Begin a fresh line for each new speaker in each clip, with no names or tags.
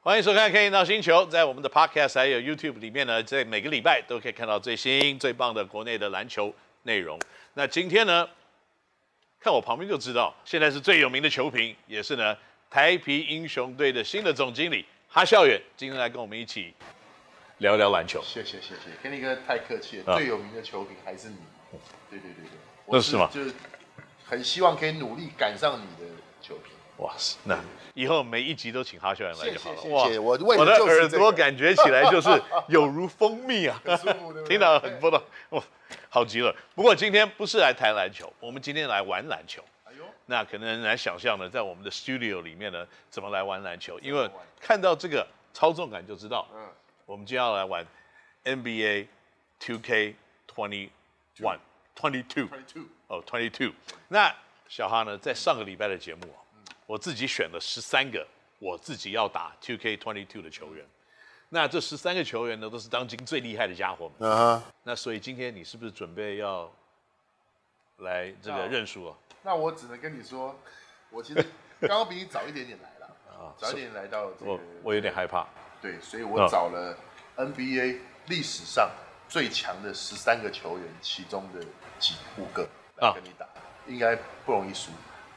欢迎收看《看一到星球》。在我们的 Podcast 还有 YouTube 里面呢，在每个礼拜都可以看到最新最棒的国内的篮球内容。那今天呢，看我旁边就知道，现在是最有名的球评，也是呢台皮英雄队的新的总经理哈孝远，今天来跟我们一起聊聊篮球。
谢谢谢谢，跟你哥太客气了。
啊
最有名的球评还是你，对对对对，
那
我
是吗
就是很希望可以努力赶上你的球评。
哇塞，那以后每一集都请哈孝远来就好了。
谢谢谢谢我为
我
的
的
就是
耳
这
朵
个
感觉起来就是有如蜂蜜 啊，
舒服对不对
听到很不懂，哇，好极了。不过今天不是来谈篮球，我们今天来玩篮球。
哎呦，
那可能很难想象呢，在我们的 studio 里面呢，怎么来玩篮球？因为看到这个操纵感就知道，
嗯，
我们今天要来玩 NBA 2K 21 twenty two
22，
哦 twenty two。那小哈呢，在上个礼拜的节目啊，我自己选了十三个我自己要打 2K twenty two 的球员。那这十三个球员呢，都是当今最厉害的家伙们。
嗯哼，
那所以今天你是不是准备要来这个
那
认输啊？
那我只能跟你说，我其实刚刚比你早一点点来 了，啊，早一点来到这
我
个，
我有点害怕。
对，所以
啊
我找了 NBA 历史上最强的十三个球员，其中的几五个
啊
来跟你打，应该不容易输。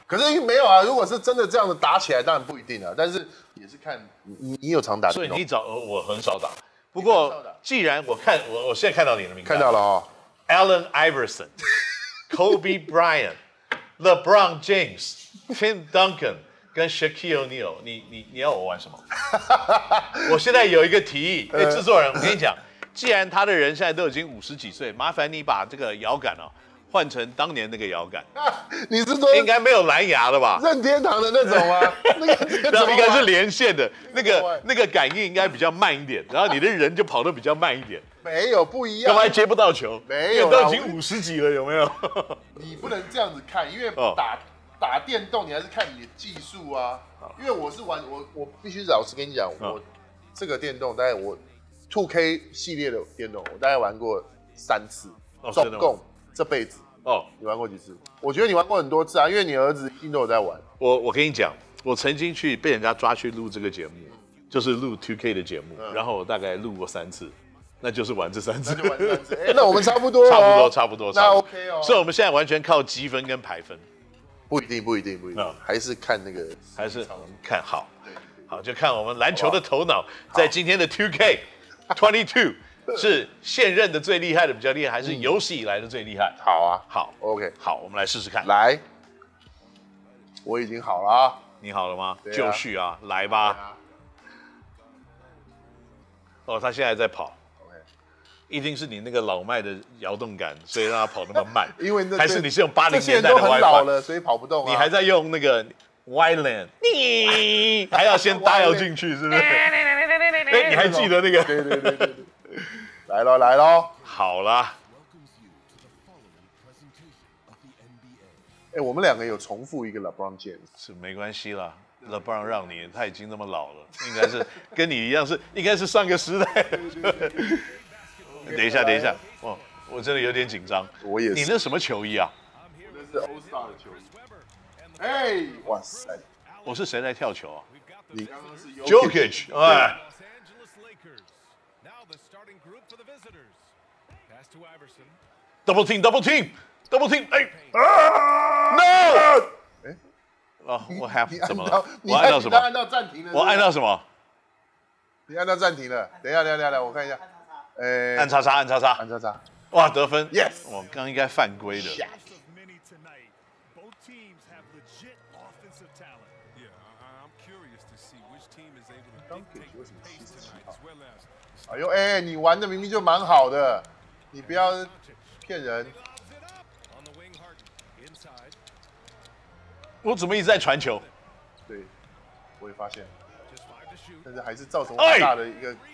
可是没有啊，如果是真的这样子打起来，当然不一定啊。但是也是看你你你有常打电
所以
动
你找呃我很少打。不过
很少打
既然我看我我现在看到你的名字，
看到了哦，
Allen Iverson、Kobe Bryant、LeBron James、Tim Duncan 跟 Shaquille O'Neal，你你你要我玩什 么？我现在有一个提议，哎，
呃
制作人，我跟你讲， 既然他的人现在都已经五十几岁，麻烦你把这个摇杆哦换成当年那个摇杆，
你是说
应该没有蓝牙了 吧？
任天堂的那种 吗？那个那个
然
怎
后啊
么
应
啊
该是
玩
连线的，那
怎么
个
玩
那个感应应该比较慢一点，然后你的人就跑得比较慢一点。
没有不一
干
样啊
嘛，还接不到球？
没有啊
因为
啦
都已经五十几了，有没有？
你不能这样子看，因为
哦
打打电动你还是看你的技术啊。因为我是玩我我必须老实跟你讲，我这个电动大概我 Two K 系列的电动我大概玩过三次
哦，真的吗
总共这辈子
哦，
你玩过几次？我觉得你玩过很多次啊，因为你儿子一定都有在玩。
我我跟你讲，我曾经去被人家抓去录这个节目，就是录 Two K 的节目，然后我大概录过三次，那就是玩这三次，
就 玩三次，哎，嗯那我们差不多哦，
差不多差不多，
那
差不多
OK 哦。
所以我们现在完全靠积分跟排分，
不一定，不一定，不一
嗯
定，还是看那个。
还是我们看好，
对啊对对
好就看我们篮球的头脑在今天的 Two K Twenty Two 是现任的最厉害的比较厉害，还是有史以来的最厉害？
嗯好啊，
好
，OK，
好，我们来试试看。
来，我已经好了啊。
你好了吗？
对啊
就绪啊，来吧。哦，他现在在跑，
OK，
一定是你那个老迈的摇动感，所以让他跑那么慢
。因为那
还是你是用八零
这些
年
人
代的
都很老
WiFi，
了，所以跑不动啊。
你还在用那个 Wireland，你 还要先 dial 进去，是不是？哎，你还记得那
对
个？
对对对对，来喽来喽！
好啦，
哎，我们两个有重复一个 LeBron James，
是没关系啦。LeBron 让你，他已经那么老了，应该 是跟你一样是，应该是上个时代。等一下，等一下，哇，我真的有点紧张。
我也是
你那什么球衣啊？
那是 All Star 的球员。哎，哇塞，
我是谁来跳球啊
你刚刚是
？Jokic，哎，
Los Angeles Lakers. Now the starting group for the visitors. Pass to Iverson.
Double team, double team, double team. 哎、啊、，No！
哎
哦，我 happened 怎么
到
了？
你
我按到什
你按
么？
到暂停了，
我按
是
到什么？
不是你按到暂停了。等一下，等一下，等一下，我看一下。哎，
按叉叉，按叉叉
按。叉叉，
哇，得分
Yes
我刚应该犯规的。
First of many tonight. Both teams have legit offensive talent. Yeah, I, I'm curious to see which team is able to
Dunkic
dictate the
wasn't
pace
cheating
tonight,
at
as well as
哎呦哎，你玩的明明就蛮好的，你不要骗人。
lobs it up on the wing. Harden inside.
我怎么一直在传球？
对，我也发现了，
Just five to shoot.
但是还是造成我
哎
很大的一个
Rejected.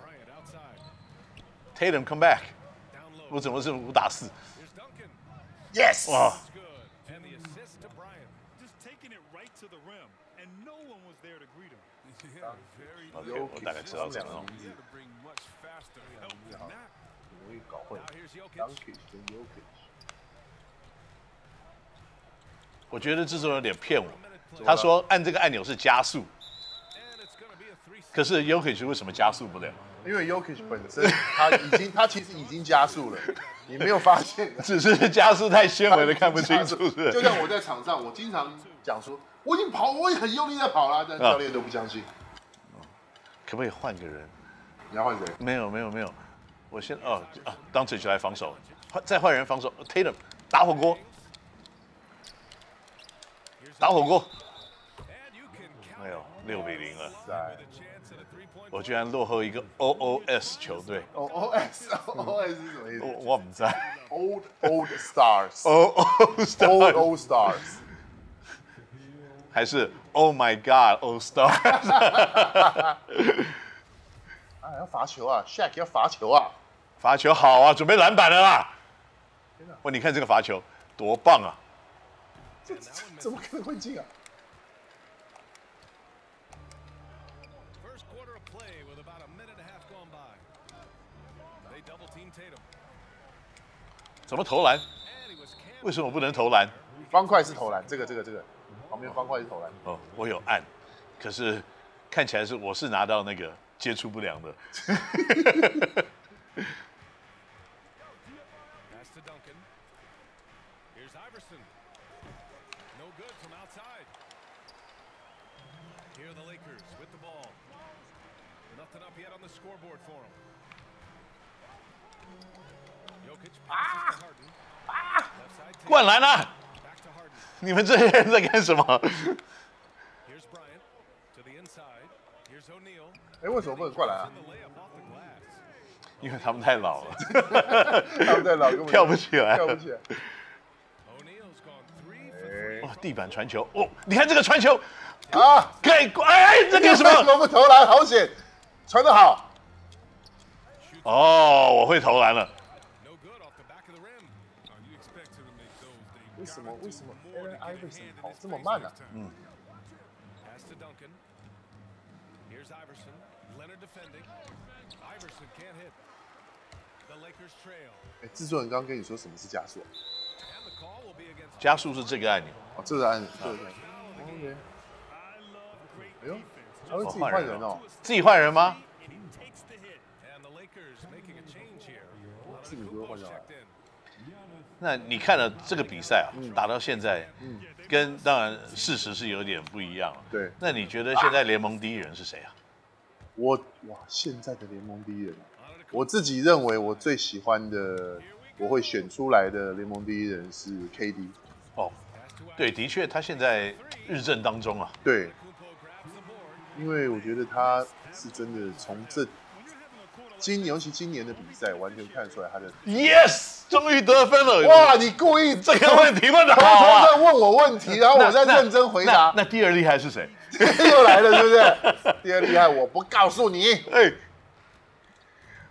Bryant outside.
Tatum come back，
Down
我
low.
怎么是五打四？啊
Here's Duncan.
yes，
哇，
It's good. And the assist to Bryant. Just taking it right to the rim, and no one was there to greet him. Yeah, very
OK，我大概知道怎么弄。
easy to bring much faster help than that.
我也搞混了
Now here's Jokic.
，Dunkish 跟 Jokic，
我觉得这种有点骗我
From。an
他说按这个按钮是加速，可是 y o k i c 为什么加速不了？
因为 Yokich 本身他已经他其实已经加速了，你没有发 现？
只是加速太纤维了，看不清楚是不。
就是像我在场上，我经常讲说，我已经跑，我也很用力在跑啦，但教练都不相信。
可不可以换个人？
你要换谁？
没有没有没有，我先哦啊，当嘴球来防守，换再换人防守，Tatum 打火锅，打火锅，哎呦，六比零了，
在
我居然落后一个 OOS 球队，
O O S O S 是什么意
我
思
我不在
？Old Old Stars，Old
，OO r
Old Stars，
还是 Oh my God O Star，
啊，要罚球啊，Shaq 要罚球啊！
罚球好啊，准备篮板了啦！哇，你看这个罚球多棒啊！
这这怎么可能会进啊？
First quarter of play with about a minute and a half gone by. They double team Tatum.
怎么投篮？
And he was camped.
为什么不能投篮？
方块是投篮，这个这个这个，旁边方块是投篮。
哦，我有按，可是看起来是我是拿到那个接触不良的。
Pass to Duncan. Here's Iverson. No good from outside. Here are the Lakers with the ball. Nothing up yet on the scoreboard for them. Jokic passes to Harden. Left side Tatum.
灌篮 啊！
Back to Harden.
你们这些人在干什么？
Here's Bryant to the inside. Here's O'Neal.
哎，为什么不能灌篮啊
In？the layup off the glass.
因为他们太老了，
跳不在老根本
跳不起来
跳不起来。
O'Neal's gone three for three.
哇，地板传球哦！你看这个传球，
啊！
盖哎哎，这 干什
为
么？
什么不投篮？好险，传的好。
哦，我会投篮了。
No good off the back of the rim. Oh, you expect him to make those. They
为什么为什么 Aaron Iverson 跑这么
space
慢呢、
next time. Pass to Duncan. Here's Iverson. Leonard defending. Iverson can't hit. The Lakers trail.
哎，制作人刚刚跟你说什么是加速、啊？
And the call will be against
加速是这个按钮，
哦，这个按对对。OK。哎呦，他会自己换人哦，
自己换人吗？
and the Lakers making a change here.
自己不会换人啊。
Checked in.
那你看了这个比赛啊，
嗯
打到现在，跟当然事实是有点不一样了。
对
那你觉得现在联盟第一人是谁啊？
我哇，现在的联盟第一人啊，我自己认为我最喜欢的，我会选出来的联盟第一人是 KD。
哦，对，的确，他现在日正当中啊。
对，因为我觉得他是真的从这今尤其今年的比赛完全看得出来他的。
Yes，终于得分了！
哇，，你故意
这个问题问的
偷
好啊！
偷在问我问题，然后我在认真回答
那。那第二厉害是谁？
又来了，是不是？第二厉害，我不告诉你。
哎，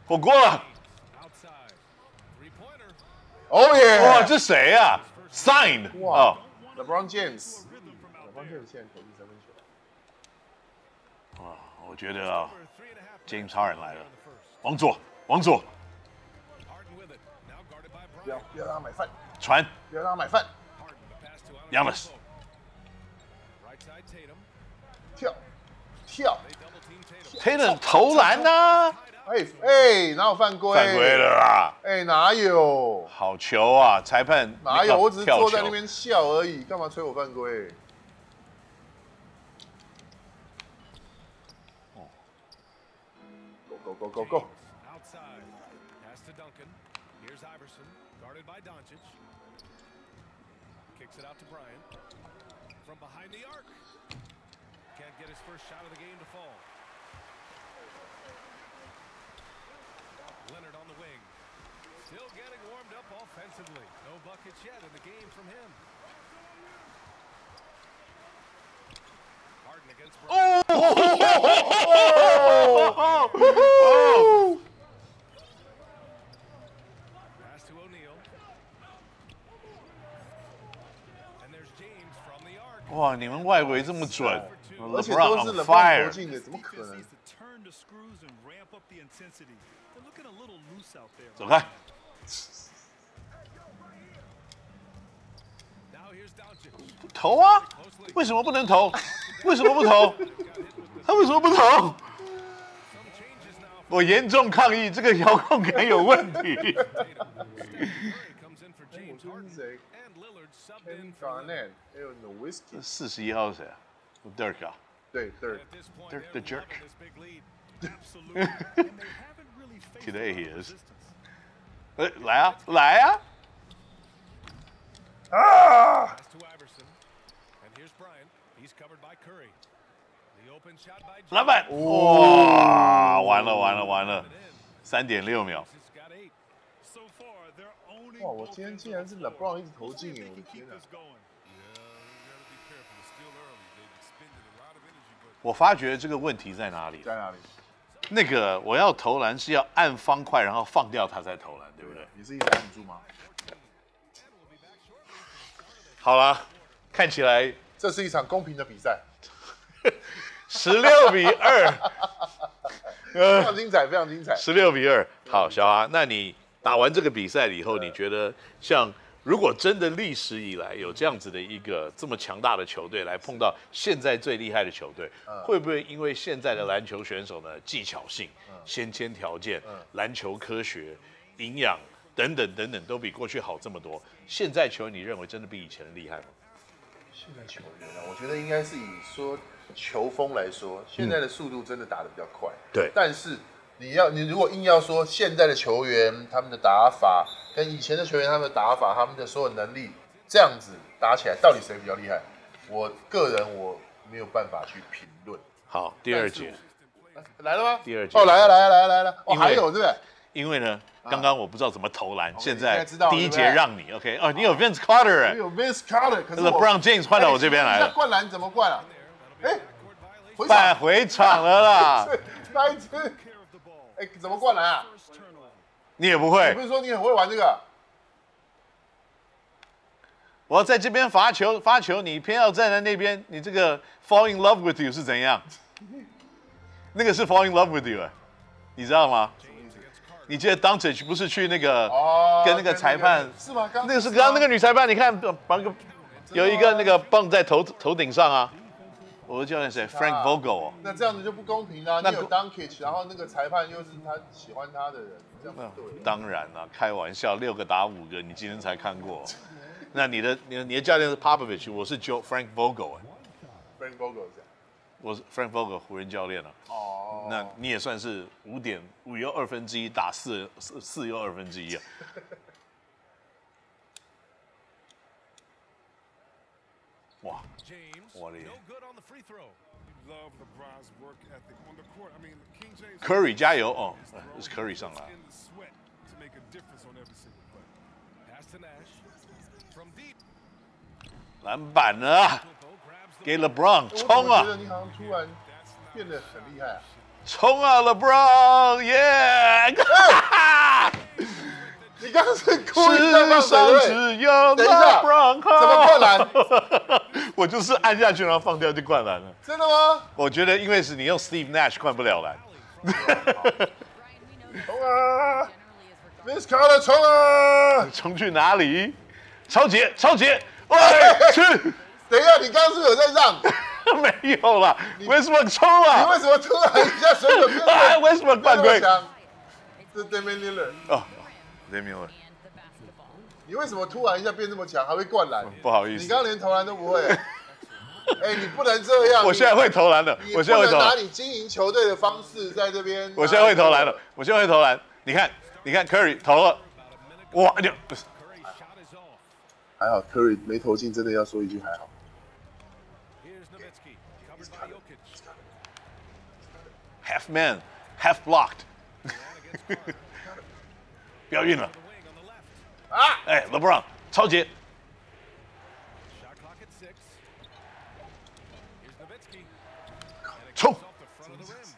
火锅啊了！
Outside. Three pointer.
哦耶！
哇，这谁啊？Sign
哇
哦，
LeBron James。LeBron James 现在投进三分球，
我觉得啊
For three and a half.
，James Harden 来了，
The first.
往左，往左，
Harden with it. Now guarded by
不要
Bryant.
不要让他买饭，
传
不要让他买饭，
Harden. The pass to
Giannis.
Antetokounmpo. Right side Tatum.
跳跳，
They double team Tatum.
Tatum 投篮呐、
哎哎，哪有犯规？
犯规了！啦！
哎，哪有？
好球啊！裁判
哪有？
哦
我只是
跳
坐在
球
那边笑而已，干嘛吹我犯规？Go go go go go！
Outside. Pass to Duncan. Here's Iverson. Guarded by Doncic. Kicks it out to Bryant. From behind the arc. Can't get his first shot of the game to fall. Leonard on the wing. Still getting warmed up offensively. No buckets yet in the game from him. Harden against Bryant.
哦
Pass to O'Neal. And there's James from the arc.
哇，你们外围这么准
而且都是
LeBron on
冷棒投
fire，
进的，怎么可能？
to turn the screws and ramp up the intensity. They're looking a little loose out there.
走开！
Now here's Doncic.
投啊！为什么不能投？为什么不投？他为什么不投？
Some changes now.
我严重抗议，这个遥控杆有问题。
Curry comes in for James
我跟
Harden
谁
and Lillard subbed
？Ken
in for Lillard.
Garnett，还有 Nowitzki，
四十一号是谁啊？Dirk 啊？
对，Third，
At this point,
Dirk
they're
the Jerk.
loving this big lead. Absolutely. And they haven't really faced
Today
a lot
he
of
is.
resistance.
哎，来啊，来啊！
Pass to Iverson. And here's Bryant. He's covered by Curry. The open shot by
老
James.
板，哇，完了完了完了，三点六秒。
It's got eight.
So far, they're owning
哇，我
both
今天
ends of
竟然
the
是
floor.
LeBron 一直投
Let's see
进
if
耶，
they
我
can
的
keep
天哪
this！going.
我发觉这个问题在哪里？
在哪里？
那个我要投篮是要按方块，然后放掉它才投篮，对不对？
你是一直按住吗？
好啦，看起来
这是一场公平的比赛，
十六比二，
非常精彩，非常精彩。
十六比二。好，小华，那你打完这个比赛
呃
以后，你觉得像如果真的历史以来有这样子的一个这么强大的球队来碰到现在最厉害的球队，
呃
会不会因为现在的篮球选手呢技巧性、
呃
先天条件、篮球科学、营养等等等等都比过去好这么多？现在球员你认为真的比以前厉害吗？
现在球员啊，我觉得应该是以说球风来说，现在的速度真的打得比较快。
嗯对
但是你要你如果硬要说现在的球员他们的打法跟以前的球员他们的打法，他们的所有能力这样子打起来，到底谁比较厉害？我个人我没有办法去评论。
好，第二节。
来了吗？
第二节
哦，来了来了来了来了，
因
哦，
为
还有对不对？
因为呢，刚刚我不知道怎么投篮，现
啊你应
在
该知道
第一节
对不对啊
让你 OK 哦，你有 Vince Carter
还
哎
有 Vince Carter，可是我
，LeBron James 换到我这边来
哎那
了，
灌篮怎么灌啊？哎，回场
返回场了啦，
那一次， 哎，怎么灌篮啊？
你也不
你
会
不，是说你很会玩这个？
我要在这边罚球罚球，你偏要站在那边，你这个 fall in love with you 是怎样？那个是 fall in love with you，哎你知道吗？你记得 d u n c i c 不是去那个
哦
跟那个裁判
是吗？刚
那个是刚刚那个女裁判，你看绑个有一个那个棒在头头顶上啊，我的教练谁？Frank Vogel 哦。
那这样子就不公平啦、
那
你有
公
Dunkage，然后那个裁判又是他喜欢他的人，这样不对。
嗯当然了、开玩笑，六个打五个，你今天才看过。 那你的你的你的教练是 Popovich，我是 Joe Frank Vogel，哎
Frank Vogel 这样。
我是 Frank Vogel 湖人教练啊。
哦，
那你也算是五点五又二分之一打四四四又二分之一啊。 哇，
James,
What are you?
no good on the free throw.
Love LeBron's work ethic on the court. I mean, King James
Curry 加油哦，呃是 Curry 上来。
in the sweat to make a difference on every single play.
Pass to Nash. From deep,
篮板啊，
Bo grabs the
给 LeBron 冲
哎我
啊
怎么觉得，你好像突然变得很厉害啊！
冲啊，LeBron，耶、
哎 你刚刚是故意在
世
放水
上
对不对
只有
等一下
LeBron
怎么灌篮？
我就是按下去，然后放掉就灌篮了。
真的吗？
我觉得因为是你用 Steve Nash 灌不了篮，
Brian, we know that
冲啊
generally is regarded
！Miss Carter 冲啊！
冲去哪里？超杰，超杰，喂，去，
等一下，你刚刚是不是有在让？
没有了，Westbrook 冲
你为
了，
什么突然一下水准变
哎
得
，Westbrook
变
犯
得那么
规，
强？是 d a m i n Lillard，
哦 d a m i l
and the basketball.
你为什么突然一下变这么强，还会灌篮？
不好意
你
思
刚，刚连投篮都不会、哎、你不能这样。
我现在会投篮了
你，
我现在会
不
投
能拿
篮，
你经营球队的方式在这边。
我现在会投篮了，我现在会投篮。你看，你看 Curry 投了，哇，你
Curry shot is off.
还好 Curry 没投进，真的要说一句还好。
Here's Nowitzki. Covered by Jokic.
half man half blocked，不要运了。
Wing on the left.
哎，LeBron 超杰
Shot clock at six. Here's Nowitzki.
冲，
Off the front of the rim.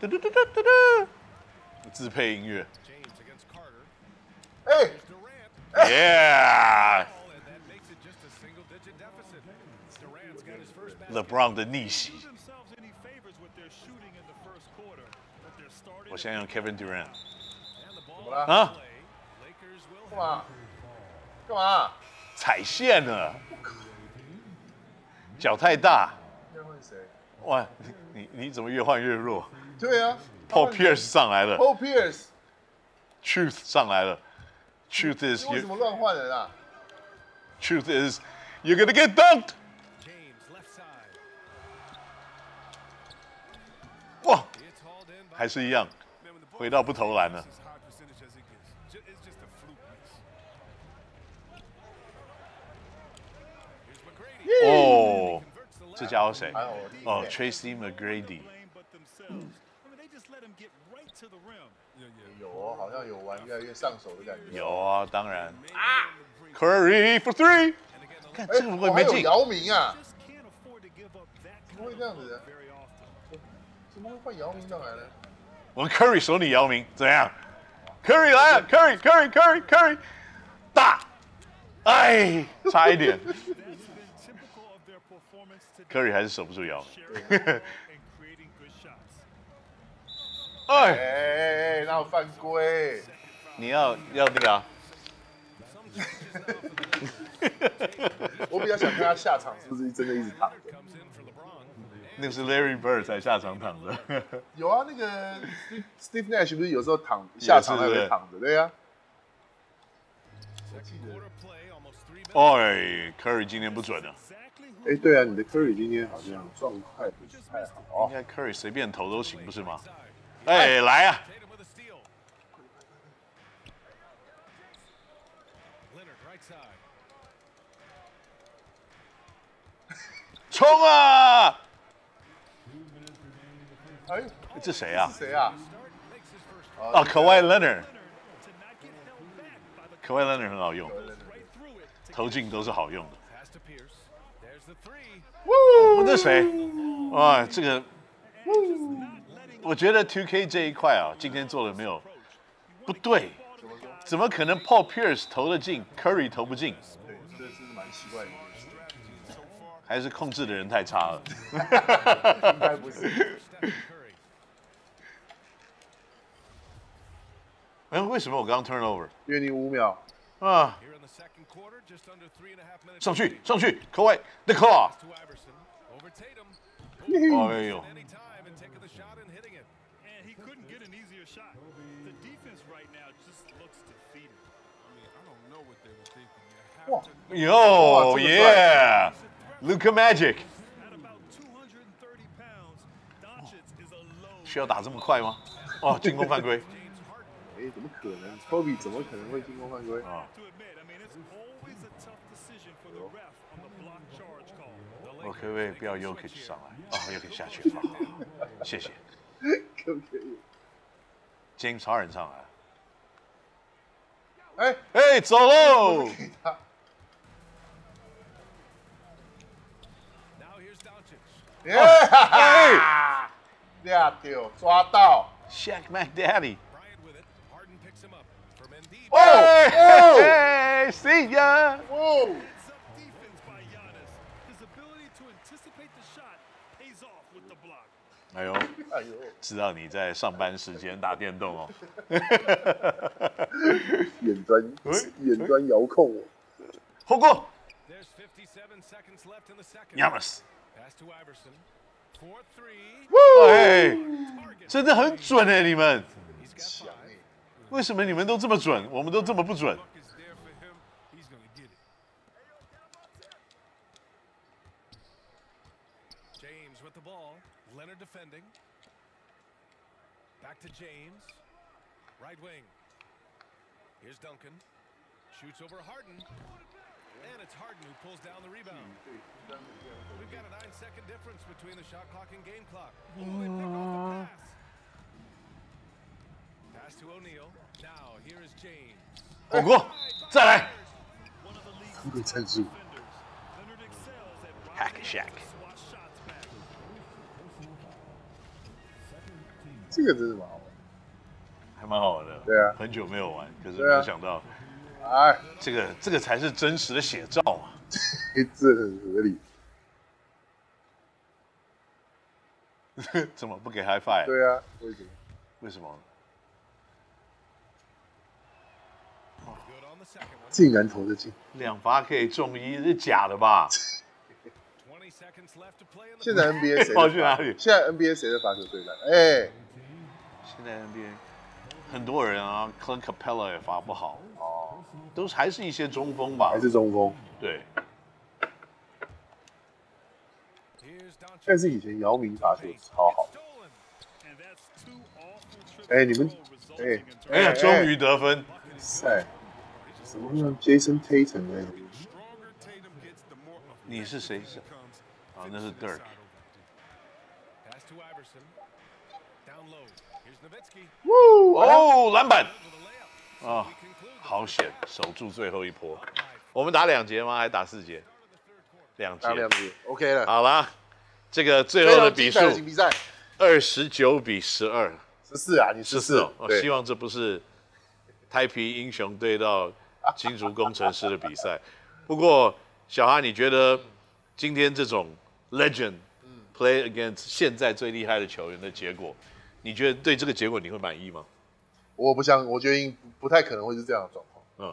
嘟嘟嘟嘟嘟嘟，自配音乐
James against Carter.
哎、
Durant.
，Yeah，LeBron
Oh, and that makes it just a single-digit deficit. Durant's got his first basket.
的逆袭
Do。themselves any favors with their shooting in the first quarter, but they're starting
我现在用 Kevin Durant
And the
怎
ball
么啦？
啊，
play. Lakers will
干嘛？干嘛？
踩线了，脚太大，
应该换谁？
哇，你你你怎么越换越弱
对啊
？Paul Pierce 上来了
Paul Pierce，
，Truth 上来了，Truth is
为什
you,
么乱换人啊？
Truth is you're gonna get dunked，
James left side.
哇，
It's hauled in by
还是一样，
Man, when the ball
回到不投篮了
is。as high percentage as it gets. Ju- It's just a fluke miss. Here's McGrady.
哦，
Converts the
这
last
家伙谁？
还好我
哦，Tracy McGrady，
lane but themselves. I mean, they just let him get right to the rim. Yeah, yeah.
有哦，好像有玩越来越上手的感觉。
有啊，当然。Curry for three，看这个如果
哎我还
没
有
进，
姚明啊？
Just can't afford to give up that
怎么
kind of
会这样子
look
呢？
very often.
怎么会换姚明上来呢？
我们 Curry 手里姚明怎样？Curry 来了，Curry，Curry，Curry，Curry，大，哎，差一点
That's been typical of their performance today.
，Curry 还是守不住姚明，
Sharing the ball and creating good shots.
哎，
哎，那有犯规，
你要要那个啊，
我比较想看他下场是不是真的一直躺着。
Comes in for LeBron.
那个是 Larry Bird 才下场躺着，
有啊，那个 Steve- Steve Nash 不是有时候躺下场还会躺着，啊对呀。
Quarter play, almost three minutes.
哎，Curry 今天不准了，
Exactly who
哎，对啊，你的 Curry 今天好像状态不是太好
应
哦。
该 Curry 随便投都行，不是吗？哎，来啊，
Tatum with a steal. Leonard, right side.
冲啊！
哎，
这谁啊？
谁啊？
Start makes his first.
啊，Kawhi Leonard，Kawhi
Leonard to not get held back by the
Leonard 很好用，
right through it. To
投进都是好用的。
Pass to Pierce. There's the three.
我这谁？哇，这个，我觉得 Two K 这一块啊，今天做的没有不对，怎么可能 Paul Pierce 投得进，Curry 投不进？
对，这真是蛮奇怪的，
还是控制的人太差了？
应该不是。
Stephen Curry.
哎，为什么我刚 turn over？
约你五秒，
啊，
Here in the second quarter, just under three and a half minutes.
上去，上去，扣外 t h e claw，
To Iverson. Over Tatum.
哎呦
Any time and taking the shot and hitting it.
And he couldn't get an easier shot. The defense right now just looks defeated.
I mean, I don't know what they were thinking. You have to know
，Yo
Whoa. 哇这么
yeah，Luka Magic
At about 230 pounds, Doncic is a low.
需要打这么快吗？ 哦，进攻犯 规，
James Harden.
哎，怎么可能？Kobe 怎么可能会进攻犯规？
To admit, I mean, it's always a tough decision for the ref on the block charge call. The
我
Lakers,
哦可不可以
they
不要
can
y o k i
switch
c
here.
上来？哦 y o k i c 下去，好好好，谢谢。
可不可以？
James Harden 上来了，
哎，
哎，走 喽。
Now here's Doncic.
哎
俩丢，哎抓到。
Shaq McDaddy.
Bryant with it. Harden picks him up. From Embiid.
Hey,
oh.
哦 hey, see ya.
哦，
Heads up defense by Giannis. His ability to anticipate the shot pays off with the block.
哎呦，
哎呦，
知道你在上班时间打电动哦。
远端远端遥控我。
火锅
There's 57 seconds left in the second.
，Yamas。
Pass to Iverson. For three.
哎，
Target.
真的很准哎，你们
He's got five.
为什么你们都这么准，我们都这么不准？
Buck is there for him. He's going to get it. James with the ball. Leonard defending. Back to James. Right wing. Here's Duncan. Shoots over Harden. And it's Harden who pulls down the rebound.
哎
We've got a nine second difference between the shot clock and game clock. Oh, they picked off the pass. Pass to O'Neal. Now here is James.
火锅，再来
One of the league's
这个战术
defenders. Leonard excels at
Hack a
rising
shack.
to swat shots back.
这个真是蛮好玩。
还蛮好玩的。
对啊
很久没有玩，可是
对啊
没想到
哎，
这个这个才是真实的写照嘛。
哎这很合理。
怎么不给 high five？
对啊，为什么？
为什么？
Good on the second one.
竟然投得进。
两罚可以中一，是假的吧？
20 seconds left to play in the
现在 NBA 谁的
跑去哪里
现在 NBA 谁的罚球最烂？哎、
现在 NBA 很多人啊，Clint Capella 也罚不好哦，都是还是一些中锋吧
还？是中锋。
对，
Here's Doncic.
但是以前姚明罚球超好，
Stolen.
And that's two awful trips
Oh. Hey,
in a
Newman.
row resulting
Hey.
in
哎呀，
哎
终于得分，
塞，怎么让 Jason Tatum 那种？
stronger Tatum gets, the more
你是谁？是
comes.
啊，那是 Dirk，
Pass to Iverson. Down low. Here's Nowitzki.
哦，篮板
With a layup.
啊
Oh.
We，conclude the
好险，守住最后一波。
five.
我们打两节吗？还打四节？两节
大。量比哎 OK 了。
好啦，这个最
非
后
常
的比
精
数
彩的比赛
二十九比十二，
十四啊，你十
十
四
四哦。我
对
希望这不是台皮英雄对到金竹工程师的比赛。不过，小哈，你觉得今天这种 legend
嗯
play against 现在最厉害的球员的结果，你觉得对这个结果你会满意吗？
我不相，我觉得应不太可能会是这样的状况。
嗯，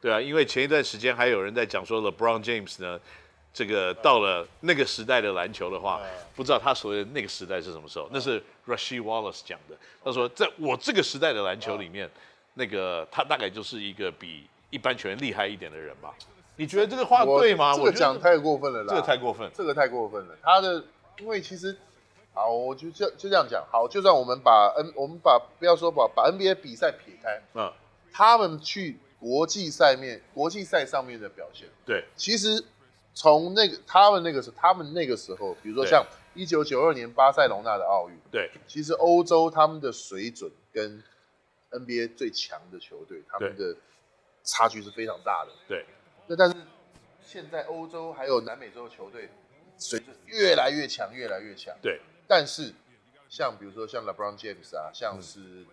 对啊，因为前一段时间还有人在讲说 LeBron James 呢，这个到了那个时代的篮球的
嗯
话，不知道他所谓的那个时代是什么时候？那是 Rasheed Wallace 讲的，他说在我这个时代的篮球里面，那个他大概就是一个比一般球员厉害一点的人吧？你觉得这个话
啊我
对吗？
这
我
个
觉得
讲太过分了啦，
这个太过分。
这个太过分了。他的，因为其实，好，我就这就这样讲。好，就算我们把 N，我们把不要说把把 NBA 比赛撇开，
嗯，
他们去国际赛面、国际赛上面的表现，
对，
其实从那个他们那个时候，他们那个时候，比如说
对
像一九九二年巴塞隆纳的奥运，
对，
其实欧洲他们的水准跟 NBA 最强的球队，他们的差距是非常大的。
对，
那但是现在欧洲还有南美洲的球队水准越来越强，越来越强。
对，
但是像比如说像 LeBron James 啊，像是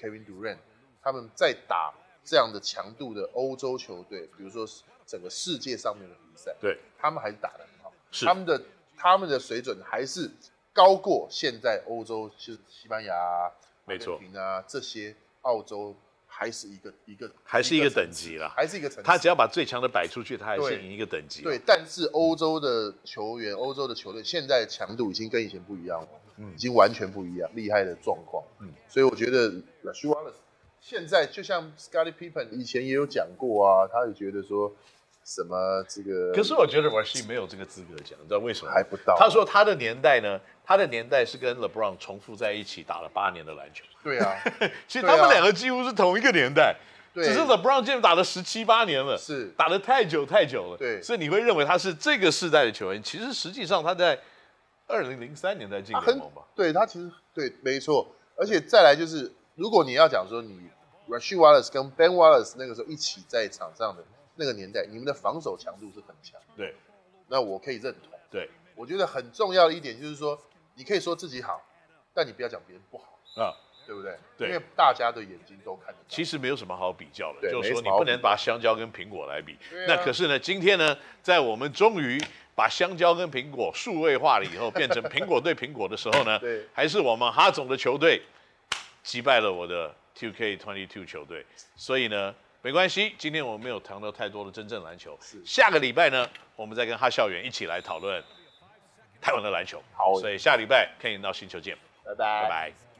Kevin Durant，他们在打这样的强度的欧洲球队，比如说整个世界上面的比赛，
对，
他们还是打得很好，
是
他们的他们的水准还是高过现在欧洲，就是西班牙、啊、
没错
阿根廷啊这些澳洲。还是一个一个，
还是一个
层
等级啦
还是一个层次。
他只要把最强的摆出去，他还是
对
赢一个等级。
对，，但是欧洲的球员、欧洲的球队现在的强度已经跟以前不一样了，
嗯
已经完全不一样，厉害的状况。嗯，所以我觉得 r a s h w a l l a c e 现在就像 Scotty Pippen 以前也有讲过啊，他也觉得说什么这个，
可是我觉得 Rasheed 没有这个资格讲，你知道为什么吗？
还不到
他说他的年代呢，他的年代是跟 LeBron 重复在一起打了八年的篮球。
对啊，
其实
对啊
他们两个几乎是同一个年代，
对
只是 LeBron James 打了十七八年了，
是
打得太久太久了。
对
所以你会认为他是这个世代的球员，其实实际上他在二零零三年才进
他
联
很
盟吧？
对他其实对，没错。而且再来就是，如果你要讲说你 r a s h i Wallace 跟 Ben Wallace 那个时候一起在场上的那个年代，你们的防守强度是很强，
对
那我可以认同。
对
我觉得很重要的一点就是说，你可以说自己好，但你不要讲别人不好，
啊，
对不对？
对
因为大家的眼睛都看得到。
其实没有什么好比较的，
对
就是说
没什
你
么好
不
比
能把香蕉跟苹果来比。
对啊
那可是呢，今天呢，在我们终于把香蕉跟苹果数位化了以后，变成苹果对苹果的时候呢
对，
还是我们哈总的球队击败了我的 2K Twenty Two 球队，所以呢。没关系，今天我们没有谈到太多的真正篮球。下个礼拜呢，我们再跟哈校园一起来讨论台湾的篮球。好所以下礼拜看你到星球见，
拜拜
拜拜